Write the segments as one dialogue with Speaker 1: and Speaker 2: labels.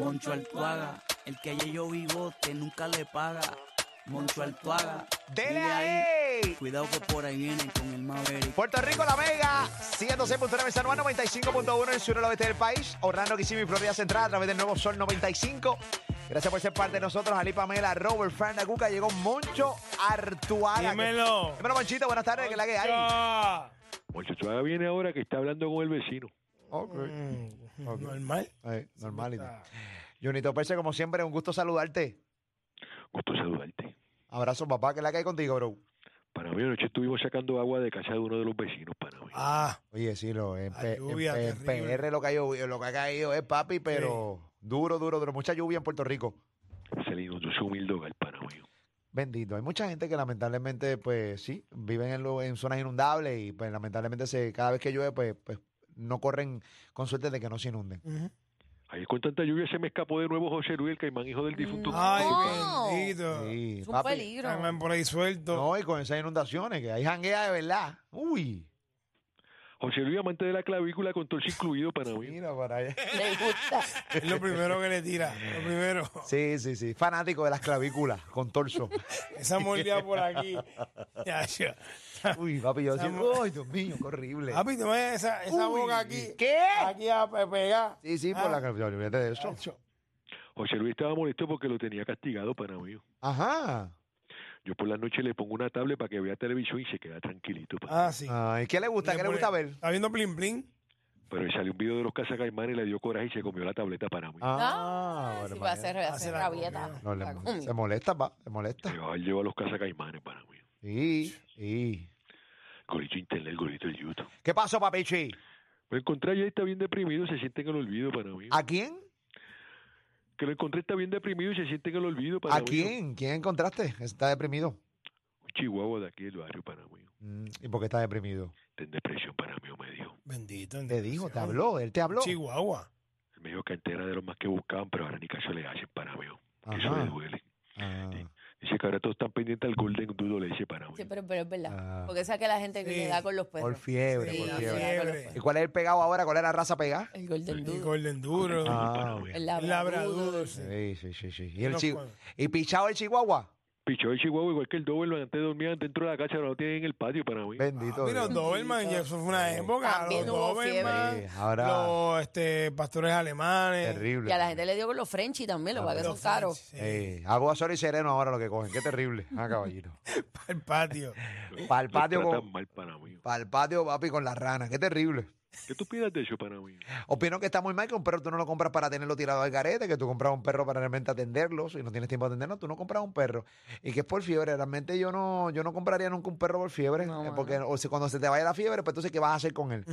Speaker 1: Moncho el cuaga, Moncho el cuaga, el que ya yo vivo que nunca le paga. Moncho el cuaga,
Speaker 2: Dele
Speaker 1: dile
Speaker 2: ahí.
Speaker 1: cuidado que por ahí vienen con el Maverick.
Speaker 2: Puerto Rico, La Vega, 106.9 en San Juan, 95.1 en el sur y el oeste del país. Orlando, Kissimmee, Florida Central, a través del nuevo Sol 95. Gracias por ser parte de nosotros, Ali Pamela, Robert, Fran, Cuca, llegó Moncho Artuaga.
Speaker 3: Dímelo.
Speaker 2: Dímelo, Monchito, buenas tardes, que la que hay.
Speaker 3: Ah,
Speaker 4: Monchachuaga viene ahora que está hablando con el vecino.
Speaker 3: mm, Normal.
Speaker 2: Ay, normalito. Junito Perse, como siempre, un gusto saludarte.
Speaker 4: Gusto saludarte.
Speaker 2: Abrazo, papá, que la que hay contigo, bro.
Speaker 4: Para mí anoche estuvimos sacando agua de casa de uno de los vecinos, para mí.
Speaker 3: Ah,
Speaker 2: Oye, sí, lo, en,
Speaker 3: La
Speaker 2: P- en
Speaker 3: lluvia,
Speaker 2: P- en
Speaker 3: terrible.
Speaker 2: PR lo que, ha llovido- lo que ha caído es papi, pero duro, duro, duro. Mucha lluvia en Puerto Rico.
Speaker 4: Se le inundó su humilde hogar, para mí.
Speaker 2: Bendito. Hay mucha gente que lamentablemente, pues sí, viven en, lo- en zonas inundables y pues lamentablemente se, cada vez que llueve, pues, pues no corren con suerte de que no se inunden.
Speaker 4: Ayer con tanta lluvia se me escapó de nuevo José Luis, el caimán hijo del difunto.
Speaker 3: Mm, ay, bendito.
Speaker 2: Sí,
Speaker 5: Es un
Speaker 2: papi.
Speaker 5: peligro.
Speaker 3: También por ahí suelto.
Speaker 2: No, y con esas inundaciones, que hay janguea de verdad. Uy,
Speaker 4: José Luis, amante de la clavícula, con torso incluido, para mí.
Speaker 2: mira para allá.
Speaker 5: Le gusta.
Speaker 3: Es lo primero que le tira. Lo primero.
Speaker 2: Sí, sí, sí. Fanático de las clavículas con torso.
Speaker 3: Esa mordida por aquí. Ya, ya.
Speaker 2: Uy, papi, yo decía,
Speaker 3: Estamos-
Speaker 2: ay, Dios mío, qué horrible.
Speaker 3: Papi, tú ves esa, esa
Speaker 2: Uy,
Speaker 3: boca aquí.
Speaker 2: ¿qué?
Speaker 3: Aquí a pe- pegar.
Speaker 2: Sí, sí, por
Speaker 3: Ah.
Speaker 2: la clavícula, olvídate de eso.
Speaker 3: Chacho.
Speaker 4: José Luis estaba molesto porque lo tenía castigado, para mí.
Speaker 2: Ajá.
Speaker 4: Yo por la noche le pongo una tablet para que vea televisión y se queda tranquilito. pana.
Speaker 3: Ah, sí.
Speaker 2: Ay, ¿qué le gusta? ¿Qué le
Speaker 3: pone-
Speaker 2: gusta ver?
Speaker 3: Está viendo Plin Plin.
Speaker 4: Pero le salió un video de los cazacaimán y le dio coraje y se comió la tableta, para mí.
Speaker 2: Ah, bueno,
Speaker 5: si va a
Speaker 2: imagínate.
Speaker 5: ser, va a ser
Speaker 3: Hace la
Speaker 5: rabieta.
Speaker 2: No, le-
Speaker 5: La comió.
Speaker 2: se molesta, pa, se molesta.
Speaker 4: Llevaba lleva a los cazacaimanes, para mí.
Speaker 2: Sí, sí.
Speaker 4: Golito internet, golito de YouTube.
Speaker 2: ¿Qué pasó, papichi?
Speaker 4: Lo encontré ayer, está bien deprimido, se siente en el olvido para mí.
Speaker 2: ¿A quién?
Speaker 4: Que lo encontré, está bien deprimido y se siente en el olvido
Speaker 6: Pues
Speaker 4: para
Speaker 2: ¿A
Speaker 4: mí.
Speaker 2: quién? ¿Quién encontraste? Está deprimido.
Speaker 4: Un chihuahua de aquí del barrio para mí.
Speaker 2: Mm, ¿Y por qué está deprimido?
Speaker 4: Está en depresión para mí, me dijo.
Speaker 3: Bendito.
Speaker 2: Te dijo, te habló, él te habló.
Speaker 3: Chihuahua.
Speaker 4: Él Me dijo que antes era de los más que buscaban, pero ahora ni caso le hacen para mí. Que Eso
Speaker 2: Ajá.
Speaker 4: le duele.
Speaker 2: Ah,
Speaker 4: Dice que ahora todos están pendientes al Golden Dudo le dice para mí.
Speaker 5: Sí, pero, pero es verdad.
Speaker 2: Ah.
Speaker 5: Porque esa que la gente que
Speaker 3: Sí.
Speaker 5: le da con los perros.
Speaker 2: por fiebre,
Speaker 5: Sí,
Speaker 2: por
Speaker 5: le
Speaker 2: fiebre.
Speaker 5: da con los
Speaker 3: Fiebre.
Speaker 2: ¿Y
Speaker 5: perros.
Speaker 2: cuál es el pegado ahora? ¿Cuál es la raza pegada?
Speaker 5: El Golden
Speaker 3: El
Speaker 5: Dude.
Speaker 3: Golden Duro.
Speaker 2: Ah.
Speaker 5: El
Speaker 3: El
Speaker 5: Labrador.
Speaker 3: Labrador. sí.
Speaker 2: Sí, sí, sí, sí. ¿Y, el
Speaker 3: Los
Speaker 2: chi-
Speaker 3: cuernos.
Speaker 2: ¿Y pichado el chihuahua?
Speaker 4: Pichó el chihuahua igual que el Doberman. Antes dormían dentro de la casa, ahora lo tienen en el patio para mí.
Speaker 2: Bendito.
Speaker 3: Ah, Mira, los
Speaker 2: Dios.
Speaker 3: Doberman, ya eso fue una época. Los
Speaker 5: También hubo
Speaker 3: Doberman,
Speaker 5: fiebre.
Speaker 2: Sí, ahora
Speaker 3: los este, pastores alemanes.
Speaker 2: terrible.
Speaker 5: Y a la gente le dio con los Frenchy también,
Speaker 2: Ah,
Speaker 5: los que son
Speaker 3: Los
Speaker 5: caros.
Speaker 3: French, sí,
Speaker 2: Eh, agua, sol y sereno ahora lo que cogen. Qué terrible. Ah, caballito.
Speaker 3: para el patio.
Speaker 2: Pa'l patio
Speaker 4: Lo tratan
Speaker 2: con-
Speaker 4: mal para mí.
Speaker 2: Para el patio, papi, con las ranas. Qué terrible.
Speaker 4: ¿Qué tú piensas de eso para mí?
Speaker 2: Opino que está muy mal que un perro tú no lo compras para tenerlo tirado al garete, que tú compras un perro para realmente atenderlo. Si no tienes tiempo de atenderlo, tú no compras un perro. Y que es por fiebre. Realmente yo no, yo no compraría nunca un perro por fiebre.
Speaker 5: No,
Speaker 2: eh,
Speaker 5: mano.
Speaker 2: porque o si- cuando se te vaya la fiebre, pues entonces, ¿qué vas a hacer con él?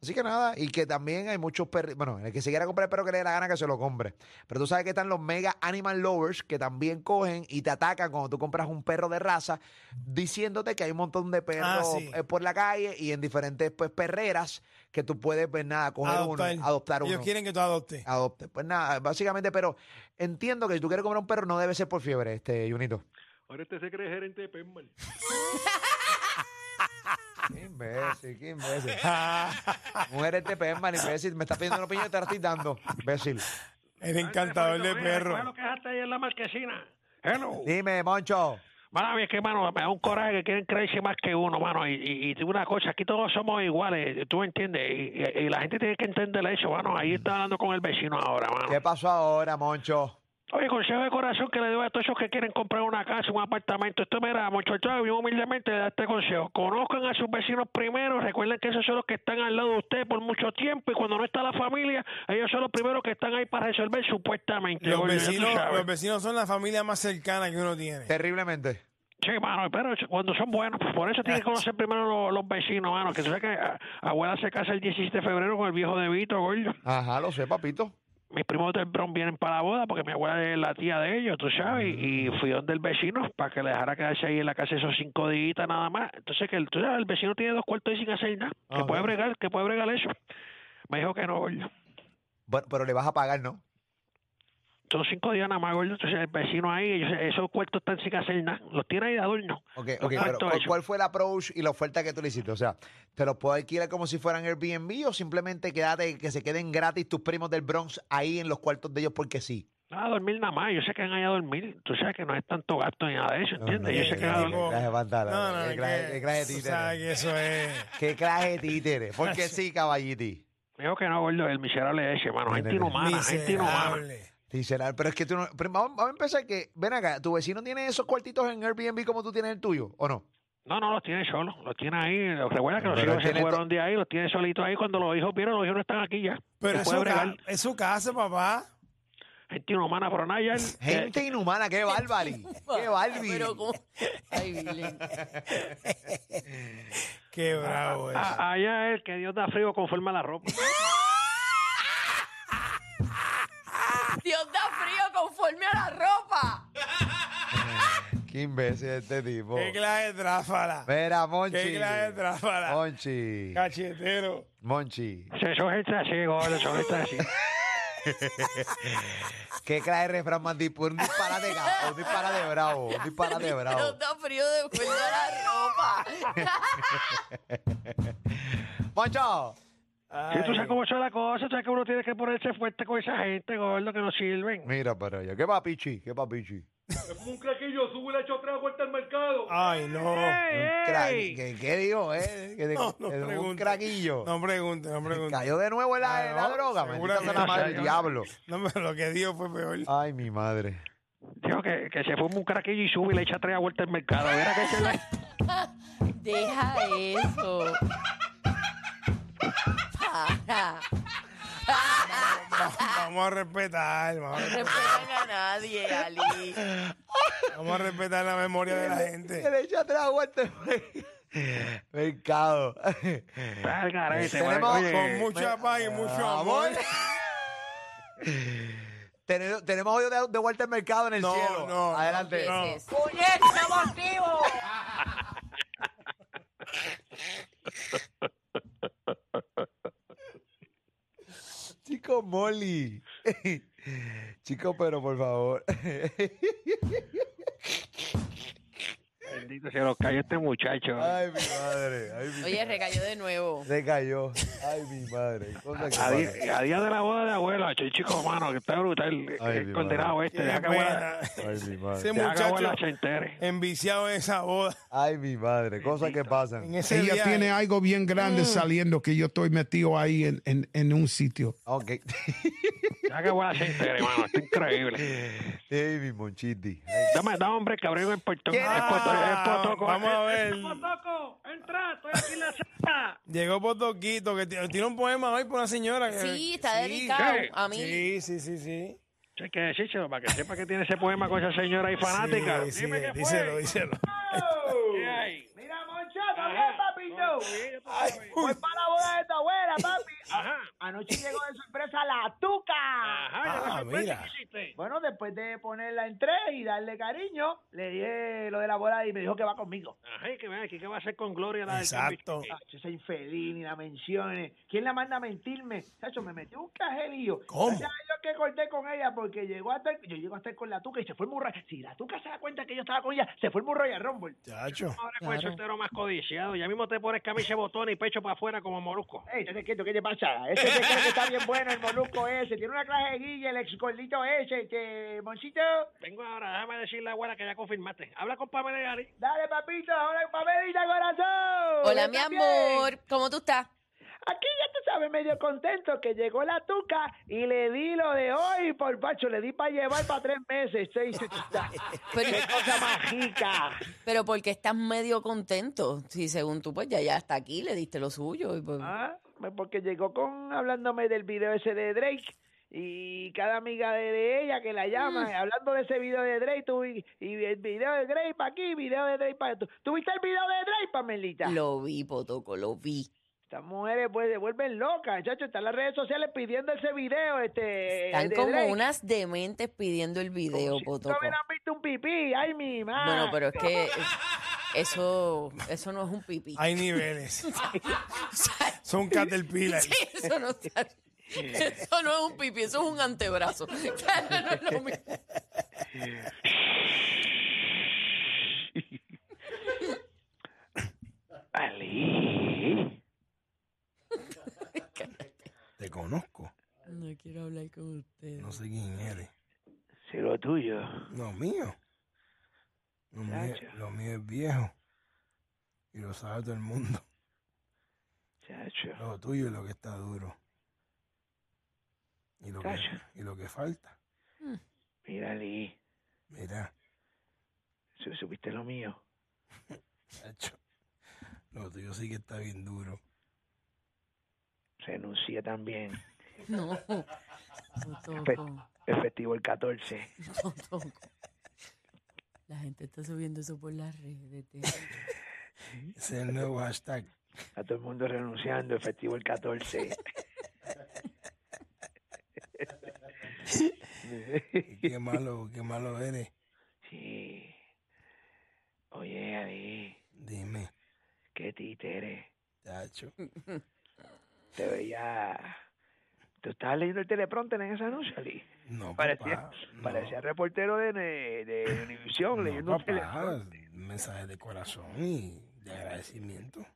Speaker 2: Así que nada, y que también hay muchos perros. Bueno, el que se quiera comprar el perro que le dé la gana que se lo compre. Pero tú sabes que están los mega animal lovers que también cogen y te atacan cuando tú compras un perro de raza, diciéndote que hay un montón
Speaker 5: Ah,
Speaker 2: de perros
Speaker 3: sí.
Speaker 2: eh, por la calle y en diferentes pues perreras que tú puedes, pues nada, coger uno, adoptar uno.
Speaker 3: Ellos quieren que tú adoptes.
Speaker 2: Adopte. Pues nada, básicamente, pero entiendo que si tú quieres comprar un perro, no debe ser por fiebre, este Junito.
Speaker 4: Ahora este se cree gerente de Penman.
Speaker 3: Ah.
Speaker 2: Qué imbécil, qué imbécil. Mujer este perma, imbécil, me está pidiendo una opinión y te la estoy dando. Imbécil.
Speaker 3: El encantador de
Speaker 6: Bueno, pues,
Speaker 3: perros.
Speaker 6: que dejaste ahí en la marquesina.
Speaker 3: Oh.
Speaker 6: Hello.
Speaker 2: Dime, Moncho.
Speaker 6: Mano, a mí es que, mano, me da un coraje que quieren creerse más que uno, mano. Y, y, y una cosa, aquí todos somos iguales, tú entiendes. Y, y- y la gente tiene que entender eso, mano. Ahí está hablando con el vecino ahora,
Speaker 2: ¿Qué
Speaker 6: mano.
Speaker 2: pasó ahora, Moncho?
Speaker 6: Oye, consejo de corazón que le doy a todos esos que quieren comprar una casa, un apartamento. Esto, mira, muchachos, bien humildemente le da este consejo. Conozcan a sus vecinos primero. Recuerden que esos son los que están al lado de ustedes por mucho tiempo. Y cuando no está la familia, ellos son los primeros que están ahí para resolver, supuestamente.
Speaker 3: Los
Speaker 6: Oye, ya tú
Speaker 3: vecinos,
Speaker 6: sabes.
Speaker 3: los vecinos son la familia más cercana que uno tiene.
Speaker 2: Terriblemente.
Speaker 6: Sí, mano, pero cuando son buenos, pues por eso tienes que conocer primero los, los vecinos, mano. Que tú sabes que ah, abuela se casa el 17 de febrero con el viejo de Vito, gordo.
Speaker 2: Ajá, lo sé, papito.
Speaker 6: mis primos del Bronx vienen para la boda porque mi abuela es la tía de ellos, tú sabes, y fui donde el vecino para que le dejara quedarse ahí en la casa esos cinco días nada más. Entonces, que el, tú sabes, el vecino tiene dos cuartos y sin hacer nada, que
Speaker 2: Ajá.
Speaker 6: puede bregar, que puede bregar eso. Me dijo que no, gordo.
Speaker 2: Bueno, pero le vas a pagar, ¿no?
Speaker 6: Son cinco días nada más, gordo. Entonces, el vecino ahí, ellos- esos cuartos están sin hacer nada, los tiene ahí de adorno.
Speaker 2: Ok,
Speaker 6: Los
Speaker 2: ok, pero
Speaker 6: cuartos
Speaker 2: ¿cu-
Speaker 6: hechos.
Speaker 2: ¿cuál fue el approach y la oferta que tú le hiciste? O sea, ¿te los puedo alquilar como si fueran Airbnb o simplemente quédate, que se queden gratis tus primos del Bronx ahí en los cuartos de ellos porque sí?
Speaker 6: No, a dormir nada más. Yo sé que van allá a dormir. Tú sabes que no es tanto gasto ni nada de eso, ¿entiendes?
Speaker 2: no,
Speaker 6: Yo
Speaker 2: no,
Speaker 6: sé que
Speaker 2: no,
Speaker 6: van a dormir.
Speaker 2: clase de pantalón,
Speaker 3: No, no,
Speaker 2: qué
Speaker 3: es
Speaker 2: clase-
Speaker 3: que
Speaker 2: qué clase de
Speaker 3: tú
Speaker 2: títere.
Speaker 3: sabes que eso es.
Speaker 2: ¿Qué clase de títere? Porque sí, caballiti.
Speaker 6: Me dijo que no, gordo. El miserable ese, mano. Gente inhumana, gente inhumana.
Speaker 3: Miserable.
Speaker 2: Dice, pero es que tú no... pero vamos, vamos a empezar que, ven acá, ¿tu vecino tiene esos cuartitos en Airbnb como tú tienes el tuyo o no?
Speaker 6: No, no, los tiene solo. Los tiene ahí. Recuerda que los
Speaker 2: Pero él
Speaker 6: hijos se
Speaker 2: tiene
Speaker 6: fueron de ahí. Los tiene solitos ahí. Cuando los hijos vieron, los hijos no están aquí ya.
Speaker 3: Pero
Speaker 6: Se
Speaker 3: es
Speaker 6: puede
Speaker 3: su, ca-
Speaker 6: bregar.
Speaker 3: es su casa, papá.
Speaker 6: Gente inhumana, pero nada, ya.
Speaker 2: Gente inhumana, qué bárbari, qué bárbari.
Speaker 5: Pero cómo... Ay, Billy.
Speaker 3: Qué bravo es.
Speaker 2: Ah,
Speaker 6: A- allá es que Dios da frío conforme a la ropa.
Speaker 5: Dios da frío conforme a la ropa.
Speaker 2: Qué imbécil este tipo.
Speaker 3: Qué clase de tráfala.
Speaker 2: Mira, Monchi.
Speaker 3: Qué clase de tráfala.
Speaker 2: Monchi.
Speaker 3: Cachetero.
Speaker 2: Monchi.
Speaker 6: Se son gente así, gordo. Son gente así.
Speaker 2: ¿Qué clase de refrán más tipo? Un disparate, cabrón. Un disparate bravo. Un disparate bravo.
Speaker 5: Dios da frío conforme a la ropa.
Speaker 2: Moncho.
Speaker 6: Si tú sabes cómo son las cosas, sabes que uno tiene que ponerse fuerte con esa gente, gordo, que no sirven.
Speaker 2: Mira para allá. ¿Qué papichi? ¿Qué papichi?
Speaker 4: Un craquillo, sube la chotra, vuelta al mercado.
Speaker 3: Ay, no.
Speaker 6: ¡Ey,
Speaker 2: Cra-
Speaker 6: ey!
Speaker 2: ¿Qué, qué dijo, eh? Que te-
Speaker 3: No, no
Speaker 2: es un
Speaker 3: pregunte.
Speaker 2: craquillo.
Speaker 3: No pregunte, no pregunte.
Speaker 2: Cayó de nuevo en la,
Speaker 3: Ah,
Speaker 2: en la
Speaker 3: no,
Speaker 2: droga. Maldita sea la
Speaker 3: seguramente.
Speaker 2: madre del diablo.
Speaker 3: No, pero lo que dijo fue peor.
Speaker 2: Ay, mi madre.
Speaker 6: Dijo que, que se fuma un craquillo y sube y le echa tres vueltas al mercado. Mira que se le-
Speaker 5: Deja eso. Para.
Speaker 3: Vamos a respetar, vamos a,
Speaker 5: No respetan a nadie, Ali.
Speaker 3: vamos a respetar la memoria de la
Speaker 2: Que
Speaker 3: gente.
Speaker 2: le echa atrás, aguante. Mercado.
Speaker 6: Está al garete,
Speaker 2: Tenemos
Speaker 6: vale. Oye,
Speaker 3: Con mucho apague y mucho amor.
Speaker 2: Amor. Tenemos, tenemos hoyo de, de vuelta al mercado en el
Speaker 3: No,
Speaker 2: cielo.
Speaker 3: no,
Speaker 2: Adelante.
Speaker 3: no.
Speaker 2: Chico Molly. Chico, pero por favor.
Speaker 6: bendito se lo cayó este muchacho.
Speaker 2: Ay, mi madre. Ay, mi
Speaker 5: Oye,
Speaker 2: madre.
Speaker 5: recayó de nuevo.
Speaker 2: Se cayó. Ay, mi madre. Cosa que
Speaker 6: A
Speaker 2: pasa.
Speaker 6: día, a día de la boda de abuela, ch- chico, mano, que está brutal.
Speaker 2: Ay,
Speaker 6: el
Speaker 2: mi
Speaker 6: condenado
Speaker 3: Qué
Speaker 6: este, deja que abuela,
Speaker 3: pena.
Speaker 2: Ay, mi
Speaker 3: Ese
Speaker 2: madre.
Speaker 6: deja que abuela
Speaker 3: muchacho
Speaker 6: se entere.
Speaker 3: enviciado en esa boda.
Speaker 2: Ay, mi madre. Cosas que
Speaker 3: En
Speaker 2: pasan.
Speaker 3: ese
Speaker 7: Ella
Speaker 3: día-
Speaker 7: tiene algo bien grande saliendo que yo estoy metido ahí en, en- en un sitio.
Speaker 2: Ok.
Speaker 6: Deja que abuela se entere, mano. Está increíble.
Speaker 2: Ay, mi monchiti.
Speaker 6: Dame, dame, hombre, que abrimos el portón.
Speaker 2: ¿Quién
Speaker 6: Es Potoco, es
Speaker 3: Ah,
Speaker 6: Potoco.
Speaker 3: vamos a ver.
Speaker 6: Es Potoco, entra, estoy aquí en la sala.
Speaker 3: Llegó Potoquito, que t- tiene un poema hoy por una señora. que-
Speaker 5: Sí, está dedicado
Speaker 6: sí,
Speaker 5: a mí.
Speaker 3: Sí, sí, sí, sí.
Speaker 6: Sí, Hay que decírselo para que sepa que tiene ese poema con esa señora ahí fanática.
Speaker 3: Sí, sí, díselo, díselo.
Speaker 6: Mira, Moncha, también, papito.
Speaker 3: Uy,
Speaker 8: para la boda de tu abuela, papi.
Speaker 6: Ajá.
Speaker 8: Anoche llegó de sorpresa la tuca.
Speaker 3: Ah, mira.
Speaker 8: Bueno, después de ponerla en tres y darle cariño, le dije lo de la boda y me dijo que va conmigo.
Speaker 6: Ajá, y que vea aquí, ¿qué va a hacer con Gloria la del
Speaker 3: Exacto.
Speaker 6: cambio?
Speaker 8: Ah, esa infeliz ni la menciones. ¿Quién la manda a mentirme? Chacho, me metió un cajerío.
Speaker 3: ¿Cómo?
Speaker 8: Gracias a Dios que corté con ella porque llegó a estar, yo llego a estar con la tuca y se fue el murray. Si la tuca se da cuenta que yo estaba con ella, se fue el murray a Rumble.
Speaker 3: Chacho.
Speaker 6: Ahora con el soltero más codiciado. Ya mismo te pones camisa de botón y pecho para afuera como molusco.
Speaker 8: Ey, estate quieto, ¿qué te pasa? Ese se cree que está bien bueno, el molusco ese. Tiene una clase de guille, el ex gordito ese, este, Monchito.
Speaker 6: Vengo ahora, déjame decirle a abuela que ya confirmaste. Habla con Pamela y Ari.
Speaker 8: Dale, papito, ahora papelita, corazón.
Speaker 5: Hola,
Speaker 8: Ven
Speaker 5: mi
Speaker 8: también.
Speaker 5: amor. ¿Cómo tú estás?
Speaker 8: Aquí ya tú sabes, medio contento que llegó la tuca y le di lo de hoy, por pacho, le di para llevar para tres meses. Se hizo-
Speaker 5: Pero,
Speaker 8: ¡Qué cosa mágica!
Speaker 5: pero porque estás medio contento. Si según tú, pues ya, ya está aquí, le diste lo suyo. y pues-
Speaker 8: Ah, pues porque llegó con hablándome del video ese de Drake y cada amiga de, de ella que la llama hablando de ese video de Drake tú, y, y el video de Drake para aquí video de Drake para tú ¿tuviste el video de Drake Pamelita?
Speaker 5: Lo vi, Potoco, lo vi.
Speaker 9: Estas mujeres pues se vuelven locas, chacho, están las redes sociales pidiendo ese video, este.
Speaker 5: Están
Speaker 9: de
Speaker 5: como
Speaker 9: Drake.
Speaker 5: unas dementes pidiendo el video,
Speaker 9: Si
Speaker 5: Potoco.
Speaker 9: no hubieran visto un pipí, ay mi madre.
Speaker 5: Bueno, pero es que es- eso, eso no es un pipí.
Speaker 3: Hay niveles.
Speaker 5: O sea,
Speaker 3: Son caterpillars.
Speaker 5: sí, eso, no, eso no es un pipí, eso es un antebrazo. Claro, no es lo mismo.
Speaker 8: Ali.
Speaker 3: Te conozco.
Speaker 5: No quiero hablar con ustedes.
Speaker 3: No sé quién eres.
Speaker 8: Si lo tuyo.
Speaker 3: Lo mío. Lo mío,
Speaker 8: Chacho.
Speaker 3: lo mío es viejo. Y lo sabe todo el mundo.
Speaker 8: Chacho.
Speaker 3: Lo tuyo es lo que está duro. Y lo, que,
Speaker 8: Chacho.
Speaker 3: y lo que falta.
Speaker 8: Mira, Ali.
Speaker 3: Mira,
Speaker 8: su- Supiste lo mío.
Speaker 3: chacho. Lo tuyo sí que está bien duro.
Speaker 8: Renuncié también.
Speaker 5: No.
Speaker 8: Pues-
Speaker 5: Potoco,
Speaker 8: Efectivo el 14.
Speaker 5: Potoco. La gente está subiendo eso por las redes. te-
Speaker 3: Ese es el nuevo hashtag.
Speaker 8: A todo el mundo renunciando. Efectivo el 14.
Speaker 3: Qué malo, qué malo eres.
Speaker 8: Sí. Oye, Ali.
Speaker 3: Dime,
Speaker 8: Qué títere.
Speaker 3: chacho.
Speaker 8: Te veía. ¿Tú estabas leyendo el teleprompter en ese anuncio, Ali?
Speaker 3: No,
Speaker 8: Parecía,
Speaker 3: papá. no,
Speaker 8: parecía reportero de, de, de Univisión
Speaker 3: no,
Speaker 8: leyendo un
Speaker 3: papá,
Speaker 8: teleprompter.
Speaker 3: mensaje de corazón y de agradecimiento.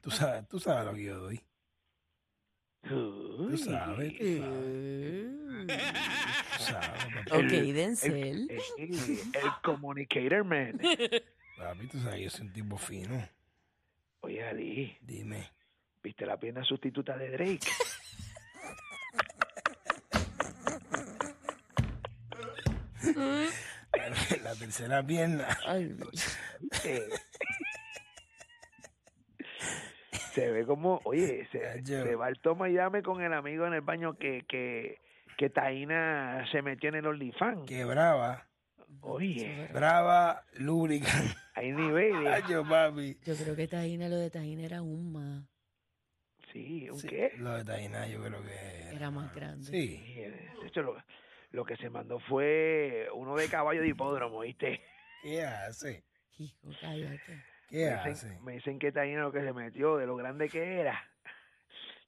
Speaker 3: Tú sabes, tú sabes lo que yo doy. Tú
Speaker 8: Uy.
Speaker 3: sabes, tú sabes, tú sabes, papá.
Speaker 5: Ok, Denzel.
Speaker 8: Eh, el communicator man.
Speaker 3: Papi, tú sabes, yo soy un tipo fino.
Speaker 8: Oye, Ali,
Speaker 3: Dime.
Speaker 8: ¿viste la pierna sustituta de Drake?
Speaker 3: La tercera pierna.
Speaker 5: Ay,
Speaker 8: Eh, se ve como, oye, se,
Speaker 3: Ay, yo.
Speaker 8: se va al toma y dame con el amigo en el baño que, que, que Taina se metió en el OnlyFans.
Speaker 3: Que brava.
Speaker 8: Oye,
Speaker 3: Brava, lubricante.
Speaker 8: hay niveles.
Speaker 3: Yo, papi.
Speaker 5: yo creo que Tajina, lo de Tajina era un más.
Speaker 8: Sí, ¿un
Speaker 3: Sí,
Speaker 8: qué?
Speaker 3: Lo de Taina, yo creo que.
Speaker 5: Era más grande.
Speaker 3: Sí.
Speaker 8: Sí, de hecho, lo, lo que se mandó fue uno de caballo de hipódromo, ¿viste?
Speaker 3: ¿Qué hace?
Speaker 5: Hijo, cállate.
Speaker 3: ¿Qué
Speaker 8: Me
Speaker 3: hace?
Speaker 8: dicen, me dicen que Taino lo que se metió, de lo grande que era.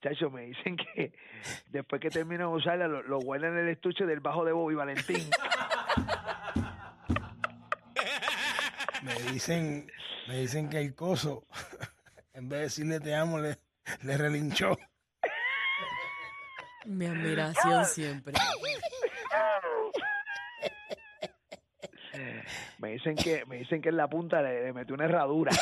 Speaker 8: Chacho, me dicen que después que terminan de usarla, lo, lo guardan en el estuche del bajo de Bobby Valentín.
Speaker 3: Me dicen, me dicen que el coso, en vez de decirle te amo, le, le relinchó.
Speaker 5: Mi admiración siempre.
Speaker 8: Me dicen que me dicen que en la punta le, le metió una herradura.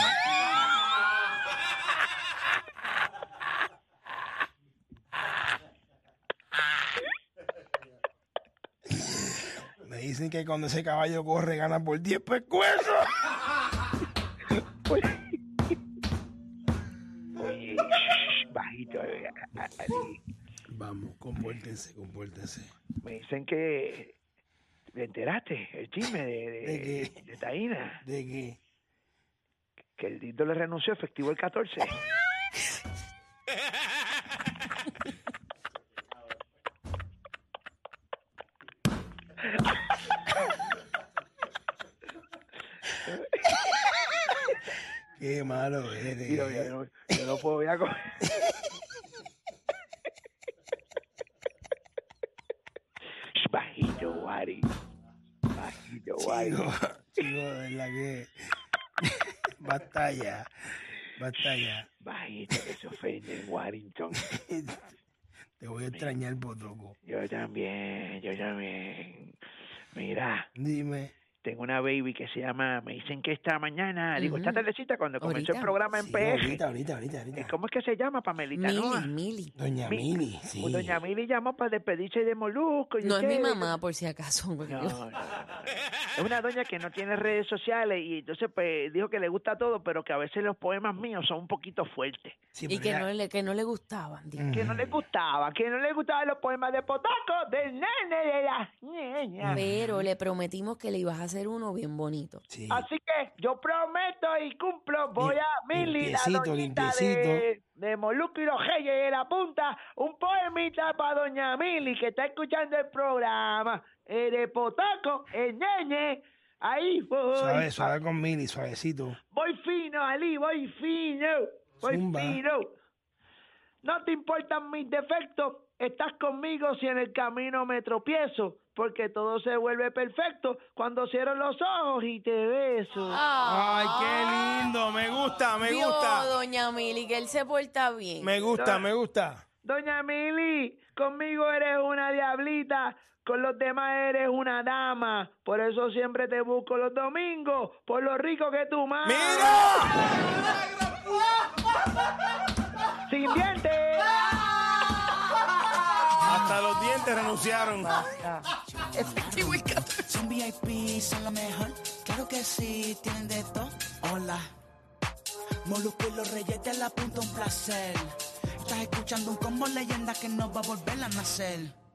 Speaker 3: Me dicen que cuando ese caballo corre gana por 10 pescuezos.
Speaker 8: Oye, shh, bajito. eh, a- a- así.
Speaker 3: Vamos, compórtense, compórtense.
Speaker 8: Me dicen que... ¿Te enteraste? El chisme de, de,
Speaker 3: ¿De qué?
Speaker 8: de Taina.
Speaker 3: ¿De qué?
Speaker 8: Que el Dito le renunció efectivo el 14.
Speaker 3: Qué malo
Speaker 8: Y yo, yo
Speaker 3: eres.
Speaker 8: no, yo no puedo ir a comer. Shh, Bajito, Wari. Bajito, Wari.
Speaker 3: Chico, chico, de verdad que. Batalla, batalla.
Speaker 8: Bajito, que se ofende en Warrington.
Speaker 3: Te voy a extrañar, Potoco.
Speaker 8: Yo también, yo también. Mira,
Speaker 3: Dime.
Speaker 8: tengo una baby que se llama, me dicen que esta mañana, digo, esta
Speaker 5: Ujú.
Speaker 8: tardecita cuando comenzó el
Speaker 5: Ahorita.
Speaker 8: programa en
Speaker 3: Sí,
Speaker 8: PR.
Speaker 3: ahorita, ahorita, ahorita, ahorita.
Speaker 8: ¿Cómo es que se llama, Pamelita?
Speaker 5: Mili,
Speaker 8: Noa?
Speaker 5: Mili.
Speaker 3: Doña
Speaker 8: Mi-
Speaker 3: Mili, sí.
Speaker 8: Doña Mili llamó para despedirse de Molusco. y
Speaker 5: No es mi
Speaker 8: ustedes.
Speaker 5: mamá, por si acaso. porque
Speaker 8: No,
Speaker 5: yo-
Speaker 8: no, no, no. Es una doña que no tiene redes sociales y entonces pues dijo que le gusta todo, pero que a veces los poemas míos son un poquito fuertes.
Speaker 3: Sí,
Speaker 5: Y
Speaker 3: pero
Speaker 5: que
Speaker 3: ya- Mm.
Speaker 5: no, le, que no le gustaban. dijo.
Speaker 8: Que no le gustaba, que no le gustaban los poemas de Potaco, del nene, de la niña.
Speaker 5: Pero le prometimos que le ibas a hacer uno bien bonito.
Speaker 3: sí.
Speaker 8: Así que yo prometo y cumplo, voy a
Speaker 3: Lim-
Speaker 8: Mili, la
Speaker 3: limpiecito,
Speaker 8: doñita de,
Speaker 3: limpiecito.
Speaker 8: de Moluco y los Reyes de la Punta, un poemita para doña Mili que está escuchando el programa, el de Potaco, el nene, ahí voy.
Speaker 3: Suave, suave con mini, suavecito.
Speaker 8: Voy fino, Ali, voy fino. Voy
Speaker 3: Zumba.
Speaker 8: fino. No te importan mis defectos. Estás conmigo si en el camino me tropiezo. Porque todo se vuelve perfecto cuando cierro los ojos y te beso.
Speaker 10: Ay,
Speaker 3: Ah.
Speaker 10: qué lindo. Me gusta, me
Speaker 5: Vio,
Speaker 10: gusta.
Speaker 5: doña Mili, que él se porta bien.
Speaker 10: Me gusta, me gusta.
Speaker 8: Doña Mili, conmigo eres una diablita. Con los demás eres una dama. Por eso siempre te busco los domingos. Por lo rico que tú más.
Speaker 10: ¡Mira!
Speaker 8: Sin dientes.
Speaker 10: Hasta los dientes renunciaron.
Speaker 1: Son VIP, son lo mejor. Claro que sí, tienen de todo. Hola. Molusco y los reyes de la punta, un placer. Estás escuchando un combo leyenda que no va a volver a nacer.